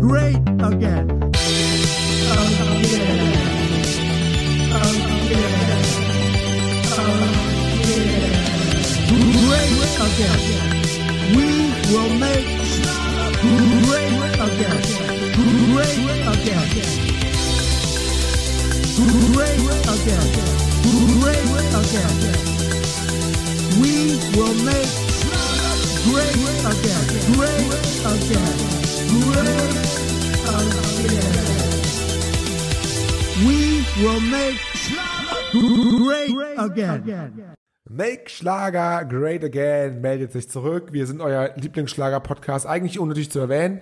great again. Again. Again. Again. Great again. We will make great again. Great again. Great again. Great again. We will make great again. Great again. Great again. We will make great again. Make Schlager Great Again meldet sich zurück. Wir sind euer Lieblingsschlager-Podcast, eigentlich unnötig zu erwähnen.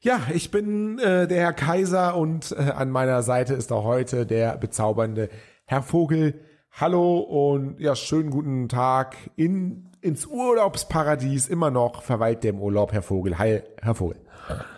Ja, ich bin äh, der Herr Kaiser und äh, an meiner Seite ist auch heute der bezaubernde Herr Vogel. Hallo und ja, schönen guten Tag in, ins Urlaubsparadies. Immer noch verweilt der im Urlaub, Herr Vogel. Hi, Herr Vogel.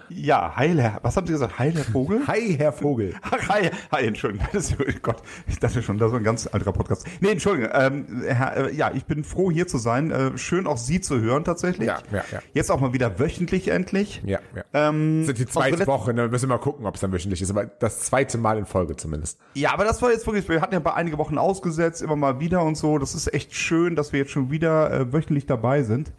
Ja, heil, Herr. Was haben Sie gesagt? Heil, Herr Vogel? Hi, Herr Vogel. Ach, hi, hi, Entschuldigung. Das ist, oh Gott, ich dachte schon, das ist ein ganz anderer Podcast. Nee, Entschuldigung. Ähm, Herr, äh, ja, ich bin froh, hier zu sein. Äh, schön, auch Sie zu hören, tatsächlich. Ja, ja, ja. Jetzt auch mal wieder wöchentlich endlich. Ja, ja. Ähm, Das sind die aus der zweite Let- Woche, ne? Wir müssen mal gucken, ob es dann wöchentlich ist. Aber das zweite Mal in Folge zumindest. Ja, aber das war jetzt wirklich, wir hatten ja bei einige Wochen ausgesetzt, immer mal wieder und so. Das ist echt schön, dass wir jetzt schon wieder äh, wöchentlich dabei sind.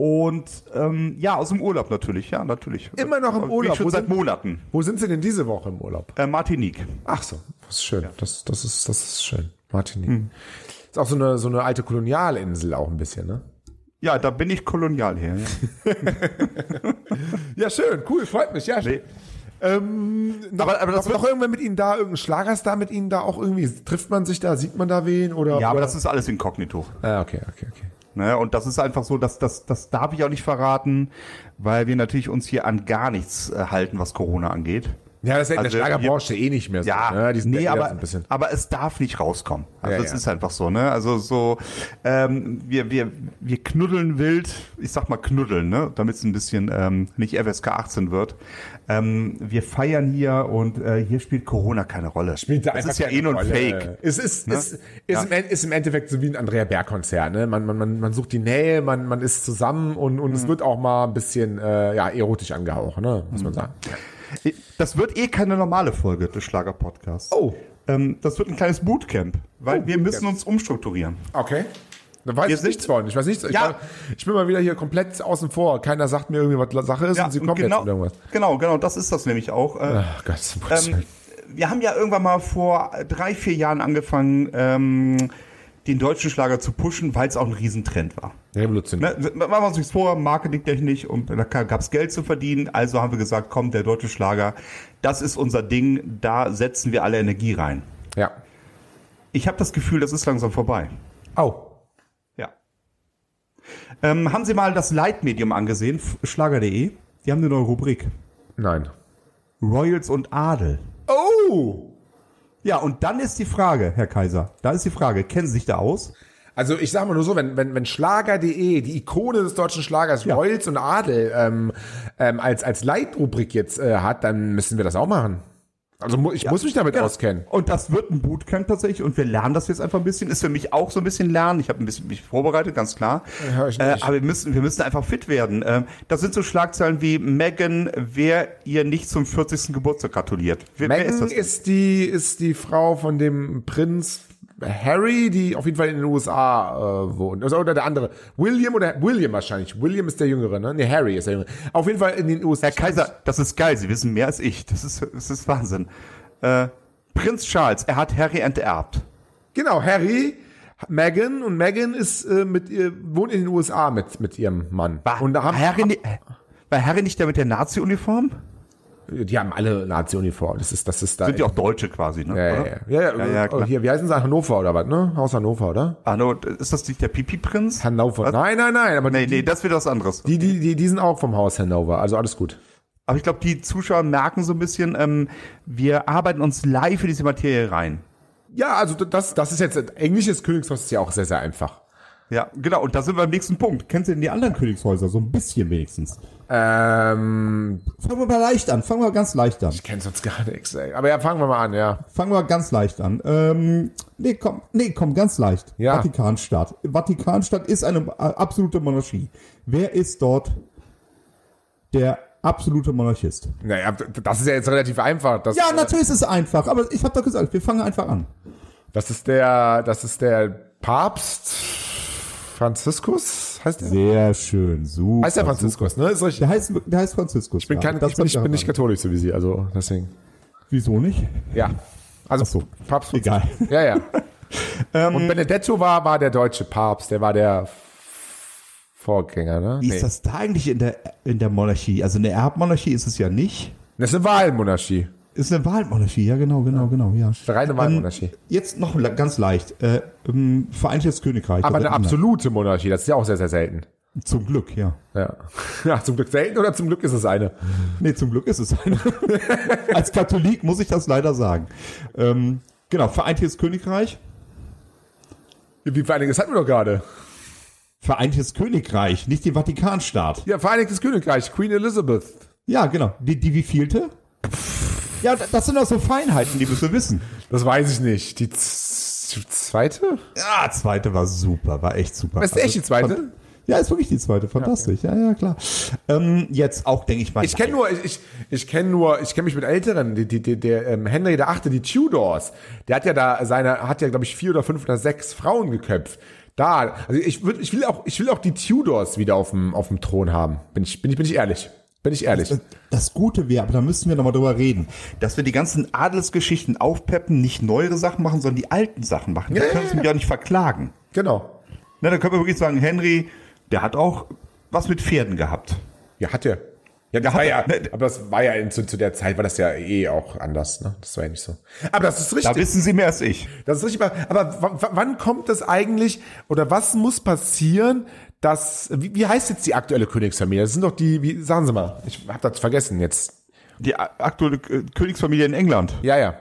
Und ähm, ja, aus dem Urlaub natürlich, ja, natürlich. Immer noch im Äh, bin Urlaub. ich Wo Schon seit sind- Monaten. Wo sind Sie denn diese Woche im Urlaub? Äh, Martinique. Ach so, das ist schön. Das, das, ist, das ist schön. Martinique. Ist auch so eine, so eine alte Kolonialinsel auch ein bisschen, ne? Ja, da bin ich kolonial her. Ja. Ja, schön, cool, freut mich, ja. Nee. Ähm, noch, aber, Aber- aber das noch irgendwer mit Ihnen da, irgendein Schlagerstar mit Ihnen da auch irgendwie? Trifft man sich da, sieht man da wen? Oder, ja, aber oder? das ist alles inkognito. Ah, okay, okay, okay. Ne? Und das ist einfach so, dass das, das darf ich auch nicht verraten, weil wir natürlich uns hier an gar nichts äh, halten, was Corona angeht. Ja, das ist ja in Also, der Schlagerbranche eh nicht mehr so. Ja, ne? die sind nee, ja eher aber, so ein bisschen. aber es darf nicht rauskommen. Also Ja, das ja. ist einfach so, ne? Also so, ähm, wir, wir, wir knuddeln wild, ich sag mal knuddeln, ne? Damit es ein bisschen ähm, nicht FSK 18 wird. Ähm, wir feiern hier und äh, hier spielt Corona keine Rolle. Spielt da das einfach ist ja keine eh nur ein Rolle. Fake. Es ist, Ne? ist, ist, Ja. im, End- ist im Endeffekt so wie ein Andrea Berg-Konzert. Ne? Man, man, man, man sucht die Nähe, man, man ist zusammen und, und es wird auch mal ein bisschen äh, ja, erotisch angehaucht, ne? muss man sagen. Das wird eh keine normale Folge des Schlager-Podcasts. Oh. Ähm, das wird ein kleines Bootcamp, weil Oh, wir Bootcamp. müssen uns umstrukturieren. Okay. Dann weiß Wir ich sind- nichts von. Ich weiß nichts. Ich, Ja. war, ich bin mal wieder hier komplett außen vor. Keiner sagt mir irgendwie, was Sache ist und sie und kommen genau, jetzt mit irgendwas. Ah, Genau, genau, das ist das nämlich auch. Äh, Ach Gott, das ist ähm, wir haben ja irgendwann mal vor drei, vier Jahren angefangen, ähm, den deutschen Schlager zu pushen, weil es auch ein Riesentrend war. revolutionär. Ne, machen wir uns nichts vor, marketingtechnisch und da gab es Geld zu verdienen. Also haben wir gesagt, komm, der deutsche Schlager, das ist unser Ding, da setzen wir alle Energie rein. Ja. Ich habe das Gefühl, das ist langsam vorbei. Au. Ja. Ähm, haben Sie mal das Leitmedium angesehen, f- schlager.de? Die haben eine neue Rubrik. Nein. Royals und Adel. Oh! Ja, und dann ist die Frage, Herr Kaiser, da ist die Frage, kennen Sie sich da aus? Also ich sag mal nur so, wenn, wenn, wenn Schlager.de, die Ikone des deutschen Schlagers, Ja. Royals und Adel ähm, ähm, als, als Leitrubrik jetzt äh, hat, dann müssen wir das auch machen. Also mu ich muss mich damit Genau. auskennen. Und das wird ein Bootcamp tatsächlich und wir lernen das jetzt einfach ein bisschen. Ist für mich auch so ein bisschen Lernen. Ich habe ein bisschen mich vorbereitet, ganz klar. hör ich äh, nicht. aber wir müssen, wir müssen einfach fit werden. Ähm, das sind so Schlagzeilen wie Megan, wer ihr nicht zum 40. Geburtstag gratuliert. Wer, wer Meghan ist, das denn? die, ist die Frau von dem Prinz Harry, die auf jeden Fall in den USA äh, wohnt. Also, oder der andere. William oder William wahrscheinlich. William ist der Jüngere, ne? Nee, Harry ist der Jüngere. Auf jeden Fall in den USA. Herr Kaiser, das ist geil. Sie wissen mehr als ich. Das ist, das ist Wahnsinn. Äh, Prinz Charles, er hat Harry enterbt. Genau, Harry, Meghan und Meghan ist äh, mit ihr, wohnt in den USA mit, mit ihrem Mann. War, und da haben, Harry, ni- war Harry nicht der mit der Nazi-Uniform? die haben alle Nazi-Uniform. Das ist, das ist da. Sind ja auch Deutsche quasi, ne? ja, ja, Oder? ja, ja, ja, Ja, ja, klar. Hier, wie heißen sie? Hannover oder was, ne? Haus Hannover, oder? Ah, no, ist das nicht der Pipi-Prinz? Hannover. Was? Nein, nein, nein, aber Nee, die, nee, das wird was anderes. die, die, die, die sind auch vom Haus Hannover. Also alles gut. Aber ich glaube, die Zuschauer merken so ein bisschen, ähm, wir arbeiten uns live in diese Materie rein. Ja, also das, das ist jetzt, englisches Königshaus ist ja auch sehr, sehr einfach. Ja, genau. Und da sind wir am nächsten Punkt. Kennst du denn die anderen Königshäuser? So ein bisschen wenigstens. Ähm, Fangen wir mal leicht an. Fangen wir ganz leicht an. ich kenne sonst gar nichts, ey. Aber ja, fangen wir mal an, ja. Fangen wir ganz leicht an. Ähm, nee, komm, nee, komm, ganz leicht. Ja. Vatikanstadt. Vatikanstadt ist eine äh, absolute Monarchie. Wer ist dort der absoluter Monarchist. Naja, das ist ja jetzt relativ einfach. Das, Ja, natürlich ist es einfach, aber ich habe doch gesagt, wir fangen einfach an. Das ist der, das ist der Papst Franziskus, heißt der? Sehr schön, super. Heißt der super. Franziskus, ne? Ist richtig. Der heißt, der heißt Franziskus. Ich bin, kein, ich bin, ich bin nicht katholisch, so wie sie, also deswegen. Wieso nicht? Ja. Also so. Papst Egal. Ähm, Franziskus. Ja, ja. Und Benedetto war, war der deutsche Papst, der war der Vorgänger, ne? Wie Nee. ist das da eigentlich in der, in der Monarchie? Also eine Erbmonarchie ist es ja nicht. Das ist eine Wahlmonarchie. Ist eine Wahlmonarchie, ja genau, genau, genau, ja. Eine reine Wahlmonarchie. Jetzt noch le- ganz leicht. Äh, ähm, Vereinigtes Königreich. Aber oder eine England. absolute Monarchie, das ist ja auch sehr, sehr selten. Zum Glück, ja. Ja. ja zum Glück selten oder zum Glück ist es eine? Nee, zum Glück ist es eine. Als Katholik muss ich das leider sagen. Ähm, genau, Vereinigtes Königreich. Wie Vereinigtes hatten wir doch gerade. Vereinigtes Königreich, nicht den Vatikanstaat. Ja, Vereinigtes Königreich, Queen Elizabeth. Ja, genau. Die, die wievielte? Ja, d- das sind doch so Feinheiten, die müssen wir wissen. Das weiß ich nicht. Die z- zweite? Ja, zweite war super, war echt super. Das ist echt die zweite? fand- Ja, ist wirklich die zweite, fantastisch. Ja, ja, klar. Ähm, jetzt auch, denke ich mal. Ich kenne nur, ich, ich, ich kenne nur, ich kenne mich mit Älteren, die, die, die, der ähm, Henry der Achte, die Tudors, der hat ja da seine, hat ja, glaube ich, vier oder fünf oder sechs Frauen geköpft. Da, also ich, würd, ich will auch, ich will auch die Tudors wieder auf dem, auf dem Thron haben. Bin ich, bin ich, bin ich ehrlich. Bin ich ehrlich. Äh, Das Gute wäre, aber da müssten wir nochmal drüber reden. Dass wir die ganzen Adelsgeschichten aufpeppen, nicht neuere Sachen machen, sondern die alten Sachen machen. Da Ja, ja, können sie ja. mich auch nicht verklagen. Genau. Ne, da können wir wirklich sagen, Henry, der hat auch was mit Pferden gehabt. Ja, hat er. Ne, Ja, das war ja, aber das war ja in, zu, zu der Zeit, war das ja eh auch anders, ne? Das war ja nicht so. Aber das ist Da richtig. wissen sie mehr als ich. Das ist richtig. Aber w- w- wann kommt das eigentlich oder was muss passieren, dass wie, wie heißt jetzt die aktuelle Königsfamilie? Das sind doch die, wie sagen Sie mal, ich habe das vergessen jetzt. Die a- aktuelle äh, Königsfamilie in England, Ja, ja.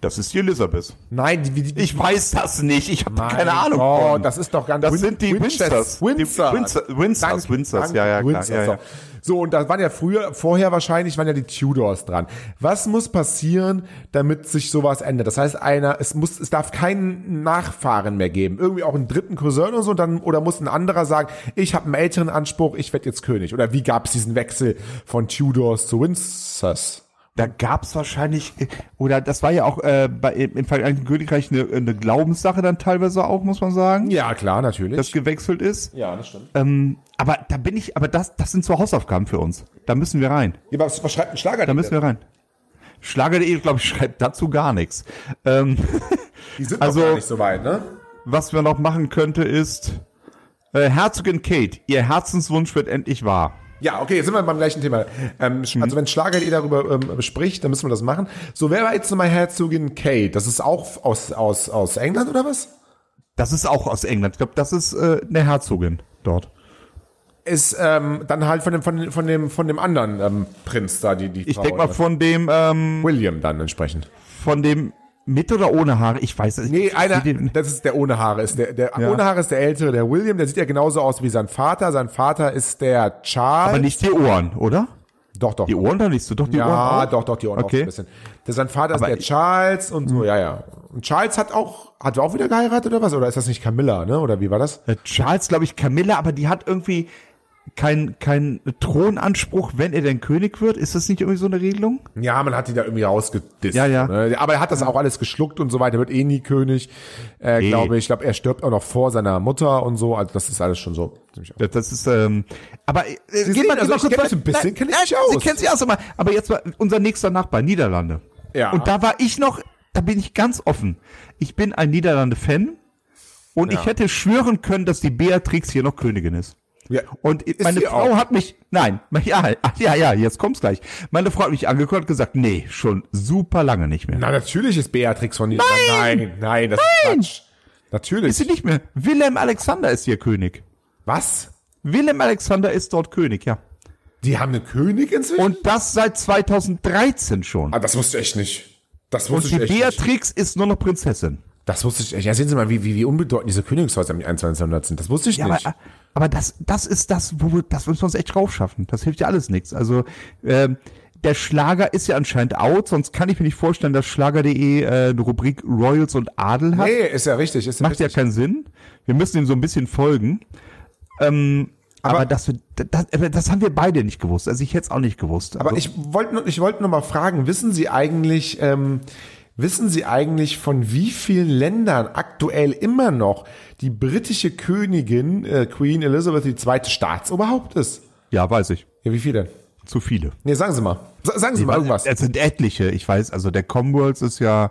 das ist die Elisabeth. Nein, die, die, die Ich weiß das nicht, ich habe Mein keine Ahnung. Gott, von. Oh, das ist doch ganz Das Win- sind die Winchesters. Winchesters. Windsor. Die Windsor- Windsors, Windsors, ja, ja, klar. Windsors, ja, ja. So, und da waren ja früher, vorher wahrscheinlich waren ja die Tudors dran. Was muss passieren, damit sich sowas ändert? Das heißt, einer, es muss, es darf keinen Nachfahren mehr geben. Irgendwie auch einen dritten Cousin oder so, und dann, oder muss ein anderer sagen, ich habe einen älteren Anspruch, ich werde jetzt König. Oder wie gab es diesen Wechsel von Tudors zu Windsors? Da gab's wahrscheinlich, oder das war ja auch äh, bei, im Vereinigten Königreich eine, eine Glaubenssache dann teilweise auch, muss man sagen, Ja, klar, natürlich. das gewechselt ist. ja, das stimmt. Ähm, aber da bin ich, aber das, das sind so Hausaufgaben für uns. Da müssen wir rein. Ja, aber was was schreibt ein Schlager? Da müssen wir rein. Schlager.de, glaube ich, schreibt dazu gar nichts. Ähm, die sind also- noch gar nicht so weit, ne? was wir noch machen könnte, ist äh, Herzogin Kate, ihr Herzenswunsch wird endlich wahr. Ja, okay, jetzt sind wir beim gleichen Thema. Ähm, Mhm. sch- Also wenn Schlager ihr darüber ähm, spricht, dann müssen wir das machen. So, wer war jetzt nochmal Herzogin Kate? Das ist auch aus, aus, aus England oder was? Das ist auch aus England. Ich glaube, das ist äh, eine Herzogin dort. Ist ähm, dann halt von dem, von, dem- von dem, von dem anderen ähm, Prinz da, die, die Ich Frau, denke mal oder? von dem, ähm, William dann entsprechend. von dem mit oder ohne Haare, ich weiß es Nee, einer, Den- das ist der ohne Haare. Ist der, der ohne Haare ist der Ältere, der William, der sieht ja genauso aus wie sein Vater. Sein Vater ist der Charles. Aber nicht die Ohren, oder? doch, doch. Die Ohren da nicht so, doch die Ja, Ohren. auch? doch, doch, die Ohren auch so Okay. ein bisschen. Der, sein Vater ist Aber der ich- Hm. Charles und so, ja, ja. Und Charles hat auch, hat auch wieder geheiratet oder was? Oder ist das nicht Camilla, ne? Oder wie war das? Äh, Charles, glaube ich, Camilla, aber die hat irgendwie keinen kein Thronanspruch, wenn er denn König wird. Ist das nicht irgendwie so eine Regelung? Ja, man hat die da irgendwie rausgedisst. Ja, ja. Ne? Aber er hat das auch alles geschluckt und so weiter, wird eh nie König, äh, glaube ich. Ich glaube, er stirbt auch noch vor seiner Mutter und so. Also das ist alles schon so. ziemlich- Das, das ist, ähm, aber äh, Sie geh sehen, also ich kenn weiter. mich ein bisschen, Nein, kenn ich nein, mich Sie aus. kennen sich aus, aber, aber jetzt mal unser nächster Nachbar, Niederlande. Ja. Und da war ich noch, da bin ich ganz offen. Ich bin ein Niederlande-Fan und ich hätte schwören können, dass die Beatrix hier noch Königin ist. Ja. Und meine sie Frau auch? hat mich, nein, ja, ach, ja, ja, jetzt kommt's gleich. Meine Frau hat mich angeguckt und gesagt, nee, schon super lange nicht mehr. Na, natürlich ist Beatrix von Niederlanden. Nein, nein, das Nein! ist Quatsch. Natürlich. Ist sie nicht mehr. Wilhelm Alexander ist hier König. was? Wilhelm Alexander ist dort König, ja. Die haben eine Königin inzwischen? Und das seit 2013 schon. ah, das wusste ich echt nicht. Das Und wusste die ich echt nicht. Beatrix ist nur noch Prinzessin. Das wusste ich echt. Ja, sehen Sie mal, wie, wie, wie unbedeutend diese Königshäuser im 21. Jahrhundert sind. Das wusste ich Aber, nicht. aber das, das ist das, wo wir, das müssen wir uns echt draufschaffen. Das hilft ja alles nichts. Also ähm, der Schlager ist ja anscheinend out, sonst kann ich mir nicht vorstellen, dass Schlager.de äh, eine Rubrik Royals und Adel hat. Nee, ist ja richtig. Ist ja Macht ja richtig. keinen Sinn. Wir müssen ihm so ein bisschen folgen. Ähm, Aber, das, das, das haben wir beide nicht gewusst. Also ich hätte es auch nicht gewusst. Aber also, ich wollte noch- ich wollte noch mal fragen, wissen Sie eigentlich, ähm, wissen Sie eigentlich, von wie vielen Ländern aktuell immer noch die britische Königin äh, Queen Elizabeth II. Staatsoberhaupt ist? ja, weiß ich. Ja, wie viele? Zu viele. Nee, sagen Sie mal. Sa- sagen Sie mal irgendwas. Es sind etliche, ich weiß, also der Commonwealth ist ja,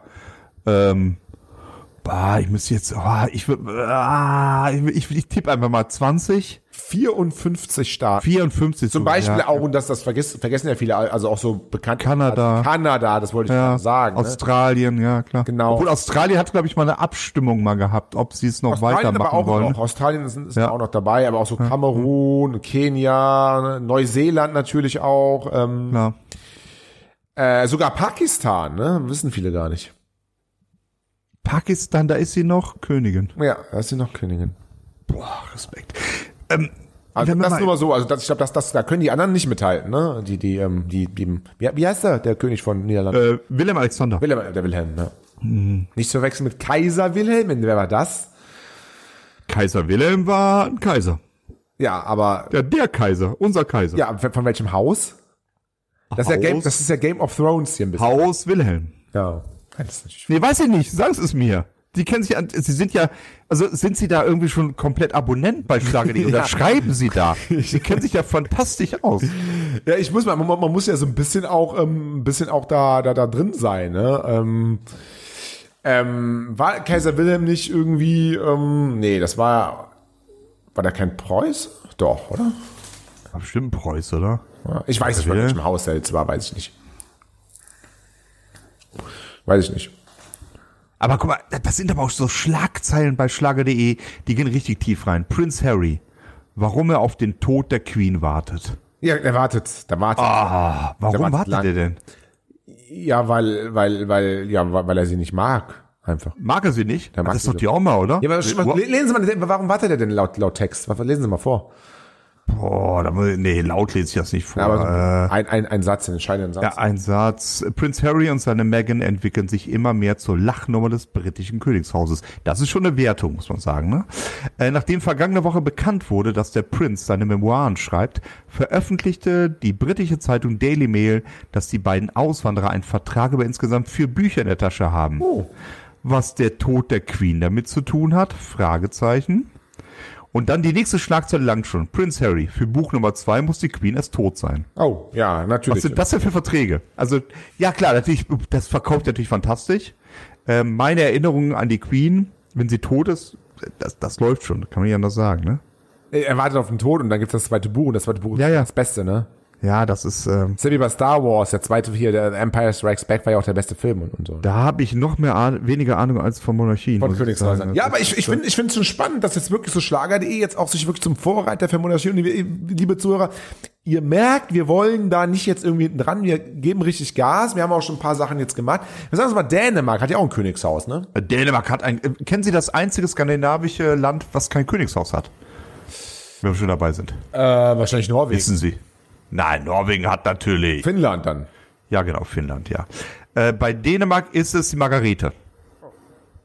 ähm, bah, ich müsste jetzt, ah, ich, wür- ah, ich, ich tippe einfach mal 20, 54 Staaten. 54 Zum so, Beispiel ja. auch, und das, das vergessen, vergessen ja viele, also auch so bekannt. Kanada. Kanada, das wollte ich Ja, gerade sagen. ne? Australien, ja klar. Genau. Obwohl Australien hat, glaube ich, mal eine Abstimmung mal gehabt, ob sie es noch aber weitermachen auch wollen. noch. Australien ist, ist Ja. auch noch dabei, aber auch so Kamerun, Kenia, ne, Neuseeland natürlich auch, ähm, Ja. äh, sogar Pakistan, ne? Wissen viele gar nicht. Pakistan, da ist sie noch Königin. Ja, da ist sie noch Königin. Boah, Respekt. Ähm, Also wenn wir das mal- nur mal so, also das, ich glaube, das, das, da können die anderen nicht mithalten, ne? Die, die, ähm, die, die wie, wie heißt der, der König von Niederlanden? äh, Mhm. Willem Alexander. Wilhelm, der Wilhelm, ne? Nicht zu verwechseln mit Kaiser Wilhelm, wer war das? Kaiser Wilhelm war ein Kaiser. Ja, aber Ja, der Kaiser, unser Kaiser. Ja, von welchem Haus? Das ist, ja Game, Haus? das ist ja Game of Thrones hier ein bisschen. Haus Wilhelm. Ja. Das ist natürlich Nee, weiß ich nicht. Sagen Sie es mir. Die kennen sich an, sie sind ja, also sind sie da irgendwie schon komplett Abonnent bei Schlage.de oder Ja. schreiben sie da? Sie kennen sich ja fantastisch aus. ja, ich muss mal, man, man muss ja so ein bisschen auch, ähm, ein bisschen auch da, da, da drin sein, ne? Ähm, ähm, war Kaiser Wilhelm nicht irgendwie, ähm, nee, das war, war da kein Preuß? Doch, oder? War bestimmt ein Preuß, oder? Ja, Ich weiß nicht, von Wilhelm? welchem Haus er jetzt war, weiß ich nicht. Weiß ich nicht. Aber guck mal, das sind aber auch so Schlagzeilen bei Schlage.de, die gehen richtig tief rein. Prince Harry, warum er auf den Tod der Queen wartet. Ja, er wartet, der wartet. Ah, warum wartet wartet lang. er denn? Ja, weil, weil, weil, ja, weil weil er sie nicht mag, einfach. Mag er sie nicht? mag das ist sie doch die Oma, oder? Ja, aber schon mal, le- lesen Sie mal, warum wartet er denn laut, laut Text? Was- Lesen Sie mal vor. Boah, Oh, da muss ich, nee, laut lese ich das nicht vor. Aber so äh, ein, ein, ein Satz, den entscheidenden Satz. Ja, ein Satz. Prinz Harry und seine Meghan entwickeln sich immer mehr zur Lachnummer des britischen Königshauses. Das ist schon eine Wertung, muss man sagen. Ne? Äh, nachdem vergangene Woche bekannt wurde, dass der Prinz seine Memoiren schreibt, veröffentlichte die britische Zeitung Daily Mail, dass die beiden Auswanderer einen Vertrag über insgesamt vier Bücher in der Tasche haben. Was der Tod der Queen damit zu tun hat? Fragezeichen. Und dann die nächste Schlagzeile langt schon. Prinz Harry, für Buch Nummer zwei muss die Queen erst tot sein. Oh, ja, natürlich. Was sind das denn für Verträge? Also, ja klar, natürlich, das verkauft natürlich fantastisch. Ähm, meine Erinnerungen an die Queen, wenn sie tot ist, das, das läuft schon, kann man nicht anders sagen, ne? er wartet auf den Tod und dann gibt's das zweite Buch und das zweite Buch Ja, ist ja. das Beste, ne? Ja, das ist, ähm, Das ist ja wie bei Star Wars, der zweite hier, der Empire Strikes Back war ja auch der beste Film und, und so. da habe ich noch mehr ah weniger Ahnung als von Monarchien. Von muss ich Königshäusern. sagen. Ja, aber ich, ich finde ich finde es schon spannend, dass jetzt wirklich so Schlager.de jetzt auch sich wirklich zum Vorreiter für Monarchie und liebe, liebe Zuhörer, ihr merkt, wir wollen da nicht jetzt irgendwie hinten dran, wir geben richtig Gas, wir haben auch schon ein paar Sachen jetzt gemacht. Wir sagen es mal, Dänemark hat ja auch ein Königshaus, ne? Dänemark hat ein, äh, kennen Sie das einzige skandinavische Land, was kein Königshaus hat? Wenn wir schon dabei sind. Äh, wahrscheinlich Norwegen. Wissen Sie? Nein, Norwegen hat natürlich. Finnland dann. Ja, genau, Finnland, ja. Äh, bei Dänemark ist es die Margarete.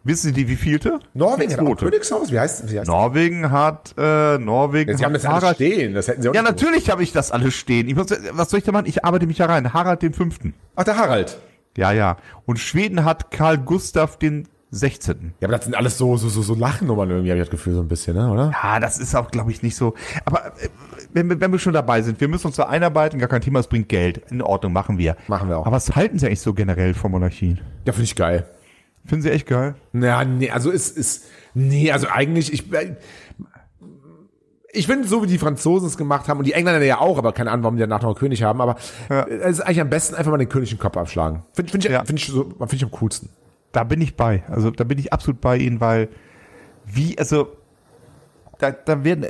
Wissen Sie die wievielte? Norwegen hat auch ein Zweite. Königshaus? Wie heißt wie heißt Norwegen hat äh, Norwegen. Sie haben das ja Harald- alles stehen, das hätten sie auch Ja, nicht gewusst. natürlich habe ich das alles stehen. Ich muss, was soll ich da machen? Ich arbeite mich ja rein. Harald den Fünften. Ach, der Harald. Ja, ja. Und Schweden hat Karl Gustav den 16. Ja, aber das sind alles so, so, so, so Lachennummern irgendwie, habe ich das Gefühl, so ein bisschen, ne, oder? Ja, das ist auch, glaube ich, nicht so. Aber äh, wenn, wir- wenn wir schon dabei sind, wir müssen uns da einarbeiten, gar kein Thema, es bringt Geld. In Ordnung, machen wir. Machen wir auch. Aber was halten Sie eigentlich so generell von Monarchien? Ja, finde ich geil. Finden Sie echt geil? Na, nee, also es ist. Nee, also eigentlich, ich. Ich finde, so wie die Franzosen es gemacht haben und die Engländer ja auch, aber keine Ahnung, warum die danach noch einen König haben, aber es ist eigentlich am besten einfach mal den König den Kopf abschlagen. Finde find ich, Ja. find ich, so, find ich am coolsten. da bin ich bei. Also da bin ich absolut bei Ihnen, weil wie, also da, da werden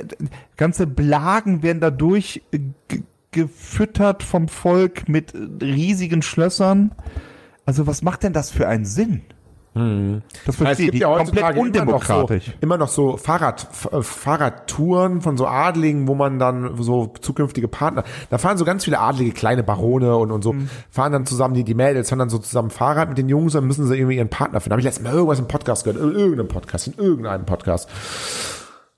ganze Blagen werden dadurch äh, ge- gefüttert vom Volk mit riesigen Schlössern. Also was macht denn das für einen Sinn? Das Hm. Es verstehe gibt ich ja nicht. heutzutage komplett immer noch so, undemokratisch. immer noch so Fahrrad, F- äh, Fahrradtouren von so Adligen, wo man dann so zukünftige Partner, da fahren so ganz viele Adlige, kleine Barone und, und so, Mhm. fahren dann zusammen, die, die Mädels fahren dann so zusammen Fahrrad mit den Jungs, dann müssen sie irgendwie ihren Partner finden. Habe ich letztes Mal irgendwas im Podcast gehört, in irgendeinem Podcast, in irgendeinem Podcast.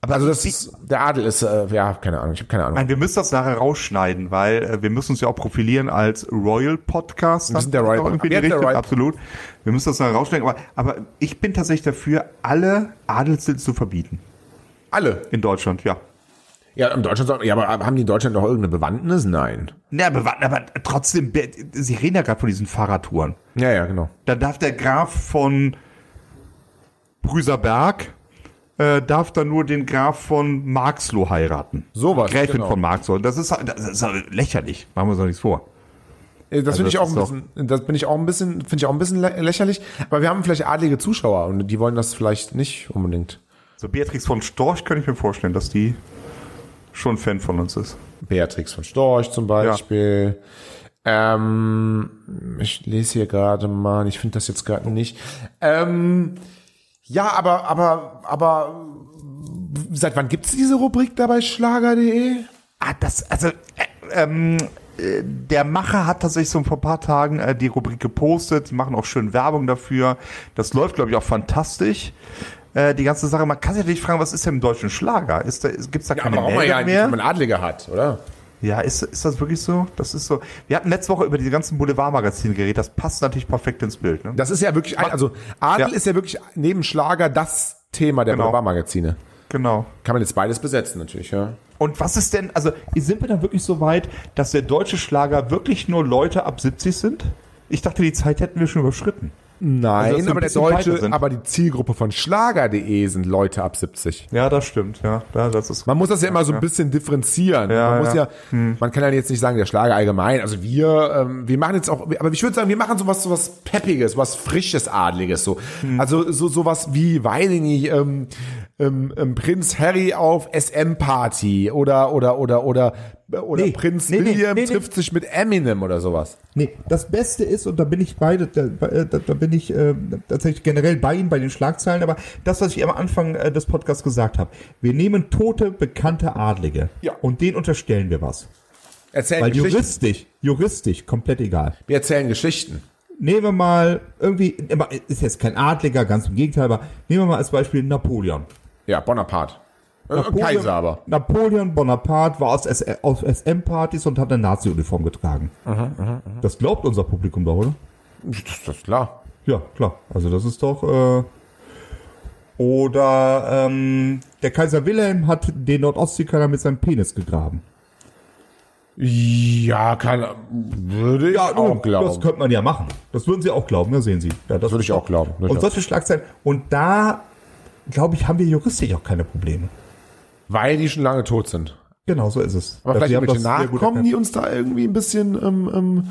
Aber Also das ist, der Adel ist, äh, ja, keine Ahnung, ich habe keine Ahnung. Nein, wir müssen das nachher rausschneiden, weil äh, wir müssen uns ja auch profilieren als Royal Podcast. Wir sind der Das ist Royal- doch wir irgendwie die sind der Richtung, Royal- absolut. Wir müssen das nachher rausschneiden. Aber, aber ich bin tatsächlich dafür, alle Adelssitze zu verbieten Alle. in Deutschland. Ja. Ja, in Deutschland, soll- ja, aber haben die in Deutschland noch irgendeine Bewandtnis? Nein. Na, aber, wa- aber trotzdem, be- Sie reden ja gerade von diesen Fahrradtouren. Ja, ja, genau. Da darf der Graf von Brüserberg äh, darf dann nur den Graf von Marxloh heiraten. Sowas, Gräfin genau. von Marxloh. Das ist, halt- das ist halt lächerlich. Machen wir uns doch nichts vor. Äh, Das finde ich Also das auch ein ist doch- bisschen, das bin ich auch ein bisschen, finde ich auch ein bisschen lä- lächerlich. Aber wir haben vielleicht adlige Zuschauer und die wollen das vielleicht nicht unbedingt. So Beatrix von Storch könnte ich mir vorstellen, dass die schon Fan von uns ist. Beatrix von Storch zum Beispiel. Ähm, ich lese hier gerade mal, ich finde das jetzt gerade nicht. Ähm, ja, aber, aber, aber seit wann gibt's diese Rubrik da bei schlager.de? Ah, das, also, äh, ähm, äh, der Macher hat tatsächlich so vor ein paar Tagen äh, die Rubrik gepostet. Die machen auch schön Werbung dafür. Das läuft, glaube ich, auch fantastisch. Äh, die ganze Sache, man kann sich natürlich fragen, was ist denn im deutschen Schlager? Ist da, ist, gibt's da keine Meldung mehr? einen Adliger hat, oder? Ja, ist, ist das wirklich so? Das ist so. Wir hatten letzte Woche über die ganzen Boulevardmagazine geredet. Das passt natürlich perfekt ins Bild. Ne? Das ist ja wirklich, ein- also Adel Ja. ist ja wirklich neben Schlager das Thema der Genau. Boulevardmagazine. Genau. Kann man jetzt beides besetzen natürlich, ja. Und was ist denn, also sind wir dann wirklich so weit, dass der deutsche Schlager wirklich nur Leute ab 70 sind? Ich dachte, die Zeit hätten wir schon überschritten. Nein, Also, dass wir aber ein der bisschen weiter deutsche, sind. aber die Zielgruppe von Schlager.de sind Leute ab 70. Ja, das stimmt. Ja, da- das ist. Man muss das ja immer so ein bisschen differenzieren. Ja, man muss ja. Hm. ja, man kann ja jetzt nicht sagen, der Schlager allgemein. Also wir, ähm, wir machen jetzt auch, aber ich würde sagen, wir machen sowas, sowas Peppiges, was Frisches, Adliges, so. Hm. Also so, sowas wie, weiß ich nicht, ähm, ähm, ähm, Prinz Harry auf SM-Party oder, oder, oder, oder, oder Nee, Prinz nee, nee, William nee, nee. trifft sich mit Eminem oder sowas. Nee, das Beste ist, und da bin ich beide, da, äh, da, da bin ich äh, tatsächlich generell bei Ihnen, bei den Schlagzeilen, aber das, was ich am Anfang äh, des Podcasts gesagt habe, wir nehmen tote, bekannte Adlige Ja. und denen unterstellen wir was. Erzählen Weil Geschichten. juristisch, juristisch, komplett egal. Wir erzählen Geschichten. Nehmen wir mal irgendwie, aber ist jetzt kein Adliger, ganz im Gegenteil, aber nehmen wir mal als Beispiel Napoleon. Ja, Bonaparte. Äh, Napoleon, Kaiser aber. Napoleon Bonaparte war aus, S- aus SM-Partys und hat eine Nazi-Uniform getragen. Das glaubt unser Publikum doch, oder? Das, das ist klar. Ja, klar. Also das ist doch. Äh Oder ähm, der Kaiser Wilhelm hat den Nordostseekanal mit seinem Penis gegraben. Ja, kann, würde ich auch glauben. das könnte man ja machen. Das würden Sie auch glauben, da sehen Sie. Ja, das Würde ich auch glauben. Und solche Schlagzeilen. Und da, glaube ich, haben wir juristisch auch keine Probleme. Weil die schon lange tot sind. Genau, so ist es. Aber Ja, Sie haben vielleicht irgendwelche das sehr gut Nachkommen, erkannt. die uns da irgendwie ein bisschen. Ähm, ähm,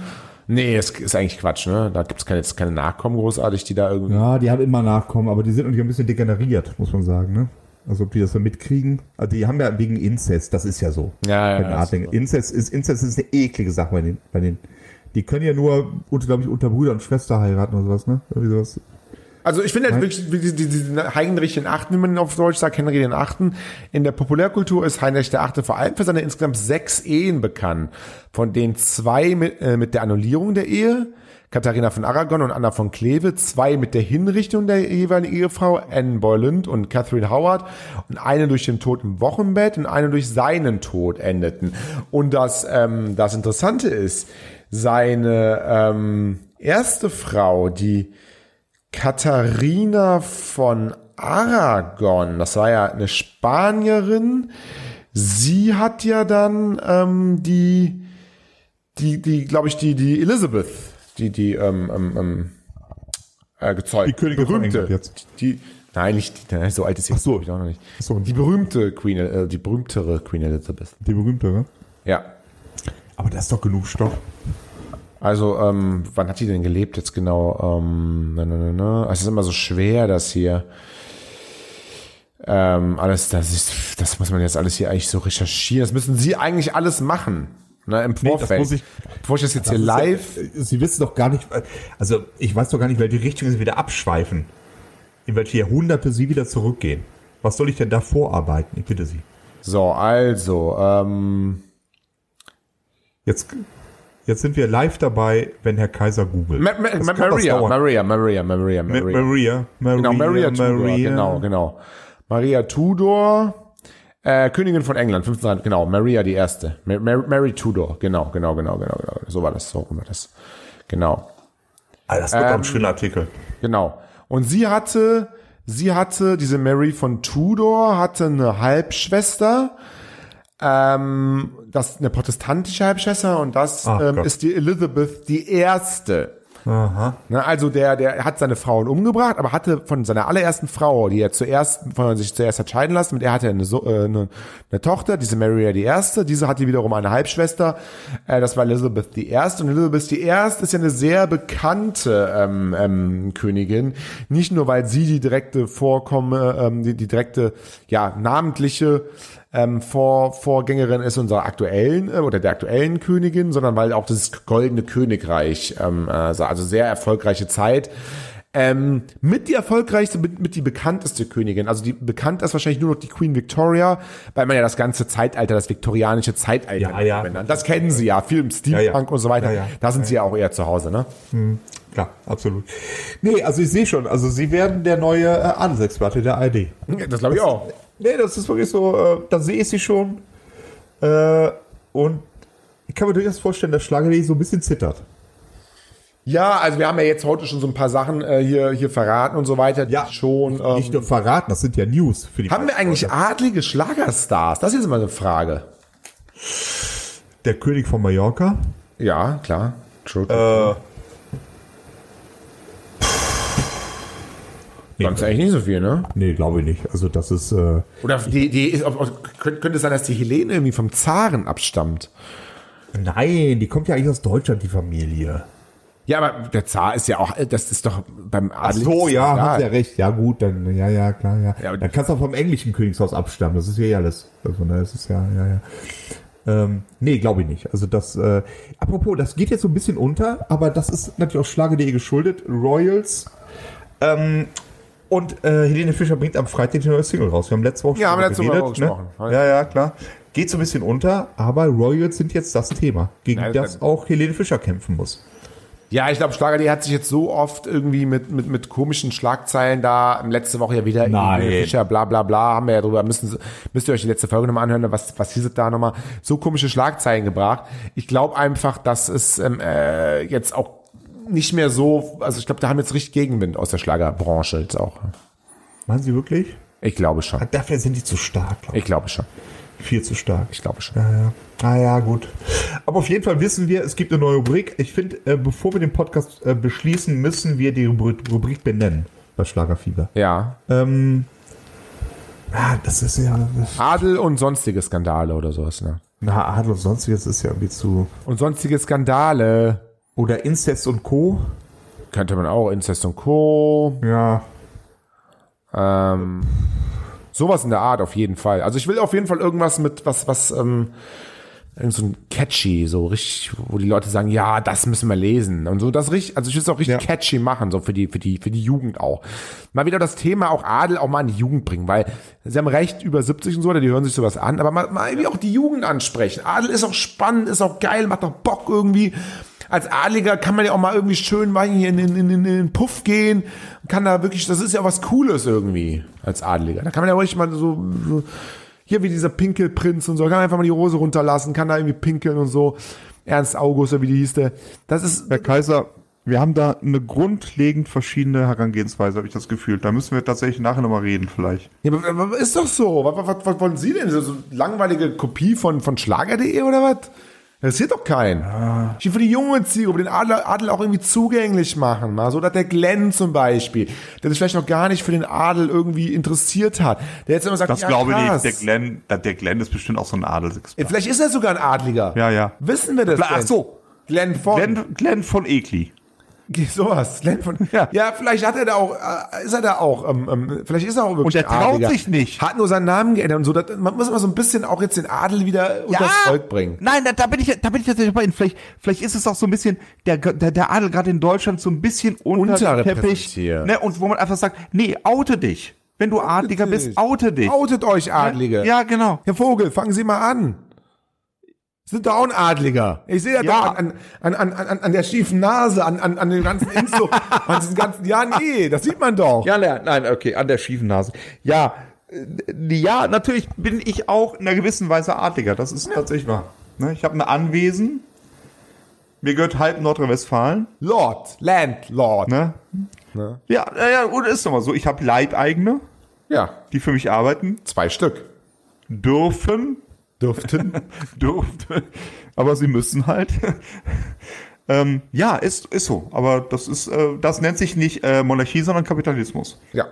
nee, es ist eigentlich Quatsch, ne? Da gibt's keine, jetzt keine Nachkommen großartig, die da irgendwie. Ja, die haben immer Nachkommen, aber die sind natürlich ein bisschen degeneriert, muss man sagen. Ne? Also ob die das dann mitkriegen. Also die haben ja wegen Inzest, das ist ja so. Ja, ja, Bei den ja, Adligen. Inzest, ist, Inzest ist eine eklige Sache bei den, bei den. Die können ja nur, glaube ich, unter Bruder und Schwester heiraten oder sowas, ne? Irgendwie sowas. Also ich finde halt wirklich, wie die- die- diesen Heinrich den Achten, wie man ihn auf Deutsch sagt, Henry den Achten. In der Populärkultur ist Heinrich der Achte vor allem für seine insgesamt sechs Ehen bekannt, von denen zwei mit, äh, mit der Annullierung der Ehe, Katharina von Aragon und Anna von Kleve, zwei mit der Hinrichtung der jeweiligen Ehefrau, Anne Boleyn und Catherine Howard, und eine durch den Tod im Wochenbett und eine durch seinen Tod endeten. Und das, ähm, das Interessante ist, seine ähm, erste Frau, die Katharina von Aragon, das war ja eine Spanierin. Sie hat ja dann ähm, die, die, die, glaube ich, die, die Elizabeth, die, die, ähm, ähm, ähm, äh, gezeugt. Die Königin von England jetzt. Die, nein, nicht, die, nein, so alt ist sie so. glaub ich, auch noch nicht. so. Die berühmte Queen, äh, die berühmtere Queen Elizabeth. Die berühmtere. Ja. Aber das ist doch genug Stoff. Also, ähm, wann hat die denn gelebt jetzt genau? Ähm, na, na, na, na. Also, Es ist immer so schwer, das hier. Ähm, alles, das ist, das muss man jetzt alles hier eigentlich so recherchieren. Das müssen Sie eigentlich alles machen. Ne, im Vorfeld. muss ich- Bevor ich das jetzt hier live. Sie wissen doch gar nicht, also ich weiß doch gar nicht, welche Richtung sie wieder abschweifen. In welche Jahrhunderte sie wieder zurückgehen. Was soll ich denn da vorarbeiten? Ich bitte Sie. So, also, ähm, Jetzt, jetzt sind wir live dabei, wenn Herr Kaiser googelt. Ma Ma Das Ma kann was Maria, dauern. Maria, Maria, Maria, Ma- Maria. Maria, Maria, Genau, Maria Tudor, genau, genau. Maria Tudor, Äh, Königin von England, 15, genau, Maria die Erste. Ma- Ma- Mary Tudor, genau, genau, genau, genau, genau. So war das, so rum war das. Genau, Ah, das wird Ähm, auch ein schöner Artikel. genau. Und sie hatte, sie hatte, diese Mary von Tudor hatte eine Halbschwester, ähm, das eine protestantische Halbschwester und das Ach ähm, Gott. ist die Elizabeth die Erste. Ne, also der, der hat seine Frauen umgebracht, aber hatte von seiner allerersten Frau, die er zuerst, von der er sich zuerst hat scheiden lassen, mit der hatte er eine, so äh, eine, eine Tochter, diese Maria die Erste, diese hatte wiederum eine Halbschwester, äh, das war Elizabeth die Erste. Und Elizabeth die Erste ist ja eine sehr bekannte ähm, ähm, Königin, nicht nur, weil sie die direkte Vorkomme, ähm, die, die direkte, ja, namentliche ähm, Vor Vorgängerin ist unserer aktuellen äh, oder der aktuellen Königin, sondern weil auch das goldene Königreich, ähm, äh, also sehr erfolgreiche Zeit. Ähm, mit die erfolgreichste, mit, mit die bekannteste Königin. Also die bekannt ist wahrscheinlich nur noch die Queen Victoria, weil man ja das ganze Zeitalter, das viktorianische Zeitalter Ja, ja. benannt. Das kennen sie ja, viel im Steampunk und so weiter. Ja, ja. Da sind sie ja auch eher zu Hause, ne? Ja, absolut. Nee, also ich sehe schon, also sie werden der neue äh, Adelsexperte der ID. Das glaube ich auch. Nee, das ist wirklich so, äh, da sehe ich sie schon. Äh, und ich kann mir durchaus vorstellen, dass Schlagerlee so ein bisschen zittert. Ja, also wir haben ja jetzt heute schon so ein paar Sachen äh, hier, hier verraten und so weiter. die Ja. Schon, ähm, Nicht nur verraten, das sind ja News für die Haben wir eigentlich adlige Schlagerstars? Das ist jetzt mal eine Frage. Der König von Mallorca. Äh, Ja, klar. True. Sonst eigentlich nicht so viel, ne? Nee, glaube ich nicht. Also das ist, äh, Oder die, die ist, ob- ob- könnte könnte es sein, dass die Helene irgendwie vom Zaren abstammt? nein, die kommt ja eigentlich aus Deutschland, die Familie. Ja, aber der Zar ist ja auch, das ist doch beim Adel. So, ja, hast ja recht. Ja, gut, dann, ja, ja, klar, ja. Also Ja, aber- dann kannst du auch vom englischen Königshaus abstammen. Das ist ja eh alles. Also, ne, das ist ja, ja, ja. Ähm, nee, glaube ich nicht. Also das, äh, apropos, das geht jetzt so ein bisschen unter, aber das ist natürlich auch Schlage.de geschuldet. Royals. Ähm, und äh, Helene Fischer bringt am Freitag die neue Single raus. Wir haben letzte Woche Ja, haben wir drüber letzte Woche ne? gesprochen. Ja, ja, klar. Geht so ein bisschen unter, aber Royals sind jetzt das Thema, gegen Ja, das- das auch Helene Fischer kämpfen muss. Ja, ich glaube, Schlager, die hat sich jetzt so oft irgendwie mit, mit, mit komischen Schlagzeilen da, ähm, letzte Woche ja wieder, Nein. Helene Fischer, bla bla bla, haben wir ja drüber, müssen, müsst ihr euch die letzte Folge nochmal anhören, was, was hieß es da nochmal, so komische Schlagzeilen gebracht. Ich glaube einfach, dass es ähm, äh, jetzt auch nicht mehr so, also ich glaube, da haben jetzt richtig Gegenwind aus der Schlagerbranche jetzt auch. Machen Sie wirklich? Ich glaube schon, Ah, Dafür sind die zu stark, glaube ich glaube schon, ich. Viel zu stark. ich glaube schon. Ja, ja. Ah ja, gut. Aber auf jeden Fall wissen wir, es gibt eine neue Rubrik. Ich finde, äh, bevor wir den Podcast äh, beschließen, müssen wir die Rubrik, Rubrik benennen. Das Schlagerfieber. Ja, Ähm, ah, das ist ja... Adel und sonstige Skandale oder sowas, ne? Na, Adel und sonstiges ist ja irgendwie zu... Und sonstige Skandale Oder Inzest und Co. könnte man auch, Incest und Co., Ja. Ähm, sowas in der Art auf jeden Fall. Also ich will auf jeden Fall irgendwas mit was was ähm, irgend so ein catchy, so richtig, wo die Leute sagen, ja, das müssen wir lesen und so das richtig. Also ich will es auch richtig Ja. catchy machen, so für die für die für die Jugend auch. Mal wieder das Thema auch Adel auch mal an die Jugend bringen, weil sie haben recht über 70 und so, oder die hören sich sowas an, aber mal, mal irgendwie auch die Jugend ansprechen. Adel ist auch spannend, ist auch geil, macht auch Bock irgendwie als Adliger kann man ja auch mal irgendwie schön mal hier in, in, in, in den Puff gehen. Kann da wirklich, das ist ja was Cooles irgendwie als Adliger. Da kann man ja ruhig mal so, so hier wie dieser Pinkelprinz und so, kann man einfach mal die Hose runterlassen, kann da irgendwie pinkeln und so. Ernst August oder wie die hieß der. Das ist, Herr Kaiser, wir haben da eine grundlegend verschiedene Herangehensweise, habe ich das Gefühl. Da müssen wir tatsächlich nachher nochmal reden, vielleicht. ja, aber- aber ist doch so. Was, was, was wollen Sie denn? So eine langweilige Kopie von, von Schlager.de oder was? Das sieht doch keinen. Ah. Ich will für die junge Zielgruppe den Adel, Adel auch irgendwie zugänglich machen. Mal. So, dass der Glenn zum Beispiel, der sich vielleicht noch gar nicht für den Adel irgendwie interessiert hat, der jetzt immer sagt, Das glaube ich krass. nicht. Der Glenn, der Glenn ist bestimmt auch so ein Ey, Adelsexperte. Vielleicht ist er sogar ein Adliger. Ja, ja. Wissen wir das Ach denn? so. Glenn von. Glenn, Glenn von Ekli. Geh- Sowas. Glenn von. Ja. Ja. vielleicht hat er da auch, äh, ist er da auch, ähm, ähm, vielleicht ist er auch wirklich Und der ein traut Adliger. sich nicht. Hat nur seinen Namen geändert und so. Das, man muss immer so ein bisschen auch jetzt den Adel wieder unters Volk bringen. Nein, da, da bin ich, da bin ich tatsächlich bei Ihnen. Vielleicht, vielleicht ist es auch so ein bisschen der, der, der Adel gerade in Deutschland so ein bisschen unter den Teppich. Unterrepräsentiert. Ne, und wo man einfach sagt, nee, oute dich. Wenn du Adliger bist, oute dich. Outet euch, Adlige. Ja, genau. Herr Vogel, fangen Sie mal an. Sind doch auch ein Adliger. Ich sehe das Ja. doch an, an, an, an, an der schiefen Nase, an, an, an den ganzen Inso, an diesen ganzen, ja, nee, das sieht man doch. Ja, nein, nein, okay, an der schiefen Nase. Ja, äh, Ja, natürlich bin ich auch in einer gewissen Weise Adliger. Das ist tatsächlich wahr. Ne, Ich habe ein Anwesen. Mir gehört halb Nordrhein-Westfalen. Lord, Landlord. Ne? Ne? Ja, ja, ja, oder ist doch mal so. Ich habe Leibeigene, Ja, die für mich arbeiten zwei Stück. dürfen. Dürften. Dürfte. Aber sie müssen halt. ähm, ja, ist, ist so. Aber das ist, äh, das nennt sich nicht äh, Monarchie, sondern Kapitalismus. ja.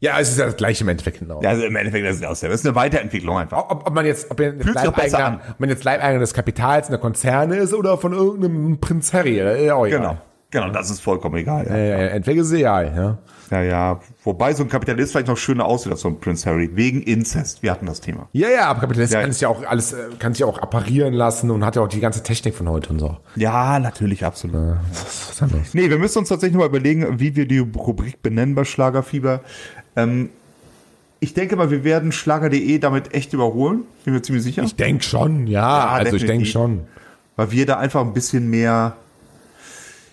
Ja, es ist ja das gleiche im Endeffekt genau. Ja, also im Endeffekt das ist aus Das ist eine Weiterentwicklung einfach. Ob, ob man jetzt, ob man jetzt, Fühlt sich auch besser Leibeigener, ob man jetzt Leibeigener des Kapitals einer Konzerne ist oder von irgendeinem Prinz Harry. Oder, ja, auch egal. Genau. Genau, das ist vollkommen egal. Ja. Äh, entweder ist egal, ja. Ja, ja. Wobei so ein Kapitalist vielleicht noch schöner aussieht als so ein Prince Harry. Wegen Inzest. Wir hatten das Thema. Ja, ja, aber Kapitalist Ja. kann sich ja auch alles, äh, kann sich ja auch apparieren lassen und hat ja auch die ganze Technik von heute und so. Ja, natürlich, absolut. Äh, Was ist anders? Nee, wir müssen uns tatsächlich mal überlegen, wie wir die Rubrik benennen bei Schlagerfieber. Ähm, ich denke mal, wir werden Schlager.de damit echt überholen. Bin mir ziemlich sicher. Ich denk schon, ja. Ja, also ich denk definitiv. schon. weil wir da einfach ein bisschen mehr.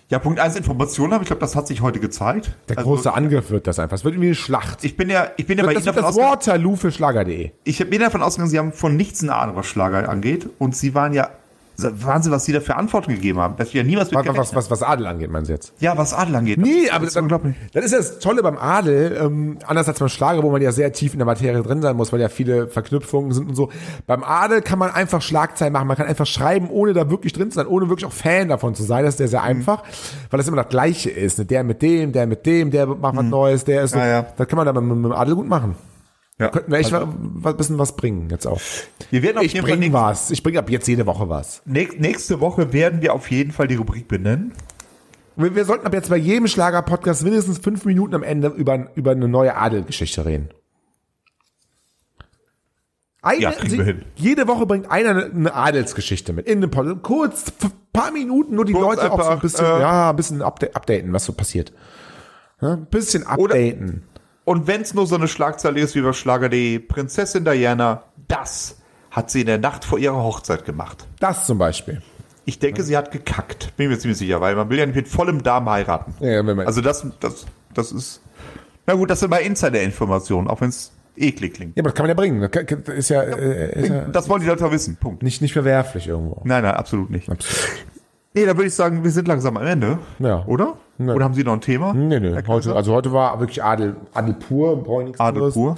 Ja, Punkt eins Informationen haben. Ich glaube, das hat sich heute gezeigt. Der Also, große Angriff wird das einfach. Es wird irgendwie eine Schlacht. Ich bin ja, ich bin ja bei das Ihnen wird davon das ausgegangen. Waterloo für Schlager.de. ich bin davon ausgegangen, sie haben von nichts eine Ahnung, was Schlager angeht. Und sie waren ja, Wahnsinn, was sie da für Antworten gegeben haben. Dass wir ja niemals mit Was, was, gerechnet was, was Adel angeht, meinen Sie jetzt? haben. Ja, was Adel angeht. Nee, aber das, unglaublich. das ist ja das Tolle beim Adel, ähm, anders als beim Schlager, wo man ja sehr tief in der Materie drin sein muss, weil ja viele Verknüpfungen sind und so. Beim Adel kann man einfach Schlagzeilen machen, man kann einfach schreiben, ohne da wirklich drin zu sein, ohne wirklich auch Fan davon zu sein. Das ist ja Mhm. sehr einfach, weil das immer das Gleiche ist. Ne? Der mit dem, der mit dem, der macht was Neues, der ist so. Mhm. Ja, ja. Das kann man dann mit, mit dem Adel gut machen. Ja. Könnten wir echt wa- ein bisschen was bringen jetzt auch. Wir werden Genau, auf Ich jeden Fall bringe nächste, was. Ich bringe ab jetzt jede Woche was. näch- nächste Woche werden wir auf jeden Fall die Rubrik benennen. Wir, wir sollten ab jetzt bei jedem Schlager-Podcast mindestens fünf Minuten am Ende über, über eine neue Adelgeschichte reden. Eine, Ja, kriegen wir hin. Jede Woche bringt einer eine- eine Adelsgeschichte mit in den Podcast. Kurz, f- paar Minuten, nur die Kurz Leute auch so ein einfach, bisschen, äh, ja, ein bisschen upda updaten, was so passiert. Ja, ein bisschen updaten. Und wenn es nur so eine Schlagzeile ist wie bei Schlager.de, Prinzessin Diana, das hat sie in der Nacht vor ihrer Hochzeit gemacht. Das zum Beispiel. Ich denke, sie hat gekackt. Bin mir ziemlich sicher, weil man will ja nicht mit vollem Darm heiraten. Ja, wenn man- also das, das, das ist. Na gut, das sind mal Insider-Informationen, auch wenn es eklig klingt. Ja, aber das kann man ja bringen. Das kann- das ist ja, äh, ist ja Das wollen die Leute doch wissen. Punkt. nicht, nicht verwerflich irgendwo. Nein, nein, absolut nicht. Absolut. Nee, da würde ich sagen, wir sind langsam am Ende. Ja. Oder? Nö. Oder haben Sie noch ein Thema? Nee, nee. Herr Heute, Kaiser? also heute war wirklich Adel, Adel pur, brauche ich nichts Adel anderes. pur.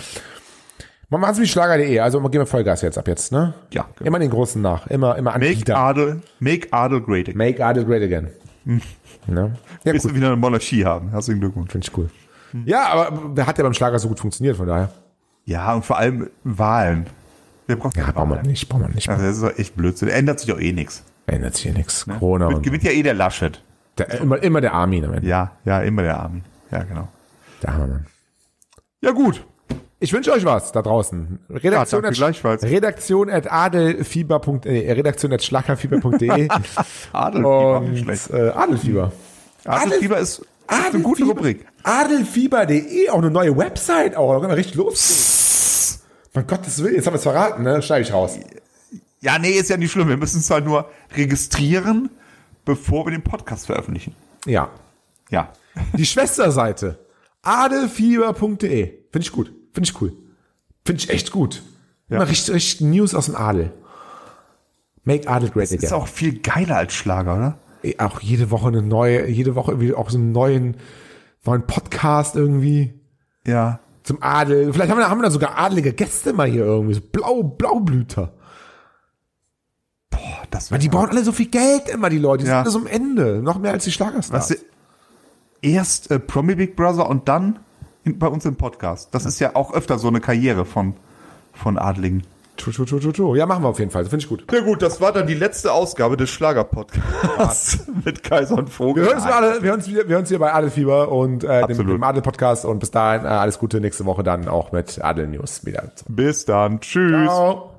Man macht es wie Schlager.de, also gehen wir Vollgas jetzt ab jetzt, ne? Ja, genau. Immer den Großen nach, immer, immer Make Anbieter. Adel, Mhm. make Adel great again. Make Adel great again. ne? Ja, Bis gut, wir wieder eine Monarchie haben. Herzlichen Glückwunsch. finde ich cool. Ja, aber der hat ja beim Schlager so gut funktioniert, von daher. Ja, und vor allem Wahlen. Wir brauchen Ja, braucht man nicht, braucht man nicht. Also das ist doch echt Blödsinn. Ändert sich auch eh nichts. Ändert sich hier nichts. Corona Mit- und Gewinnt ja eh der Laschet. der, immer, immer der Armin am Ende. Ja, ja, immer der Armin. Ja, genau. Der Hammermann. Ja, gut. Ich wünsche euch was da draußen. Redaktion, Ja, danke, gleichfalls. Redaktion at adelfieber.de, äh, Redaktion at schlagerfieber.de Adelfieber. nicht und schlecht. äh, Adelfieber. Adelfieber ist, ist eine gute Rubrik. Adelfieber.de, auch eine neue Website auch. Da können wir richtig los. mein Gottes Willen, jetzt haben wir es verraten, ne? Schneide ich raus. Ja, nee, ist ja nicht schlimm. Wir müssen es halt nur registrieren, bevor wir den Podcast veröffentlichen. Ja. Ja. Die Schwesterseite. Adelfieber.de. Finde ich gut. Finde ich cool. Finde ich echt gut. Ja. Immer richtig, richtig News aus dem Adel. Make Adel great Ist again. auch viel geiler als Schlager, oder? Ey, auch jede Woche eine neue, jede Woche irgendwie auch so einen neuen, neuen Podcast irgendwie Ja. zum Adel. Vielleicht haben wir, da- haben wir da sogar adelige Gäste mal hier irgendwie. So Blau, Blaublüter. Boah, Oh, das Weil die bauen alle so viel Geld immer, die Leute. Die Ja. sind alle so am Ende. Noch mehr als die Schlagerstars. Was, sie- erst äh, Promi Big Brother und dann in, bei uns im Podcast. Das ist ja auch öfter so eine Karriere von, von Adligen. Tschu, tschu, tschu, tschu, tschu. Ja, machen wir auf jeden Fall. Finde ich gut. Na gut, das war dann die letzte Ausgabe des Schlager-Podcasts mit Kaiser und Vogel. Wir hören uns, alle, wir hören uns, wieder, wir hören uns hier bei Adelfieber und äh, dem, Absolut. dem Adel-Podcast. Und bis dahin, äh, alles Gute. Nächste Woche dann auch mit Adel-News wieder. Bis dann. Tschüss. Ciao.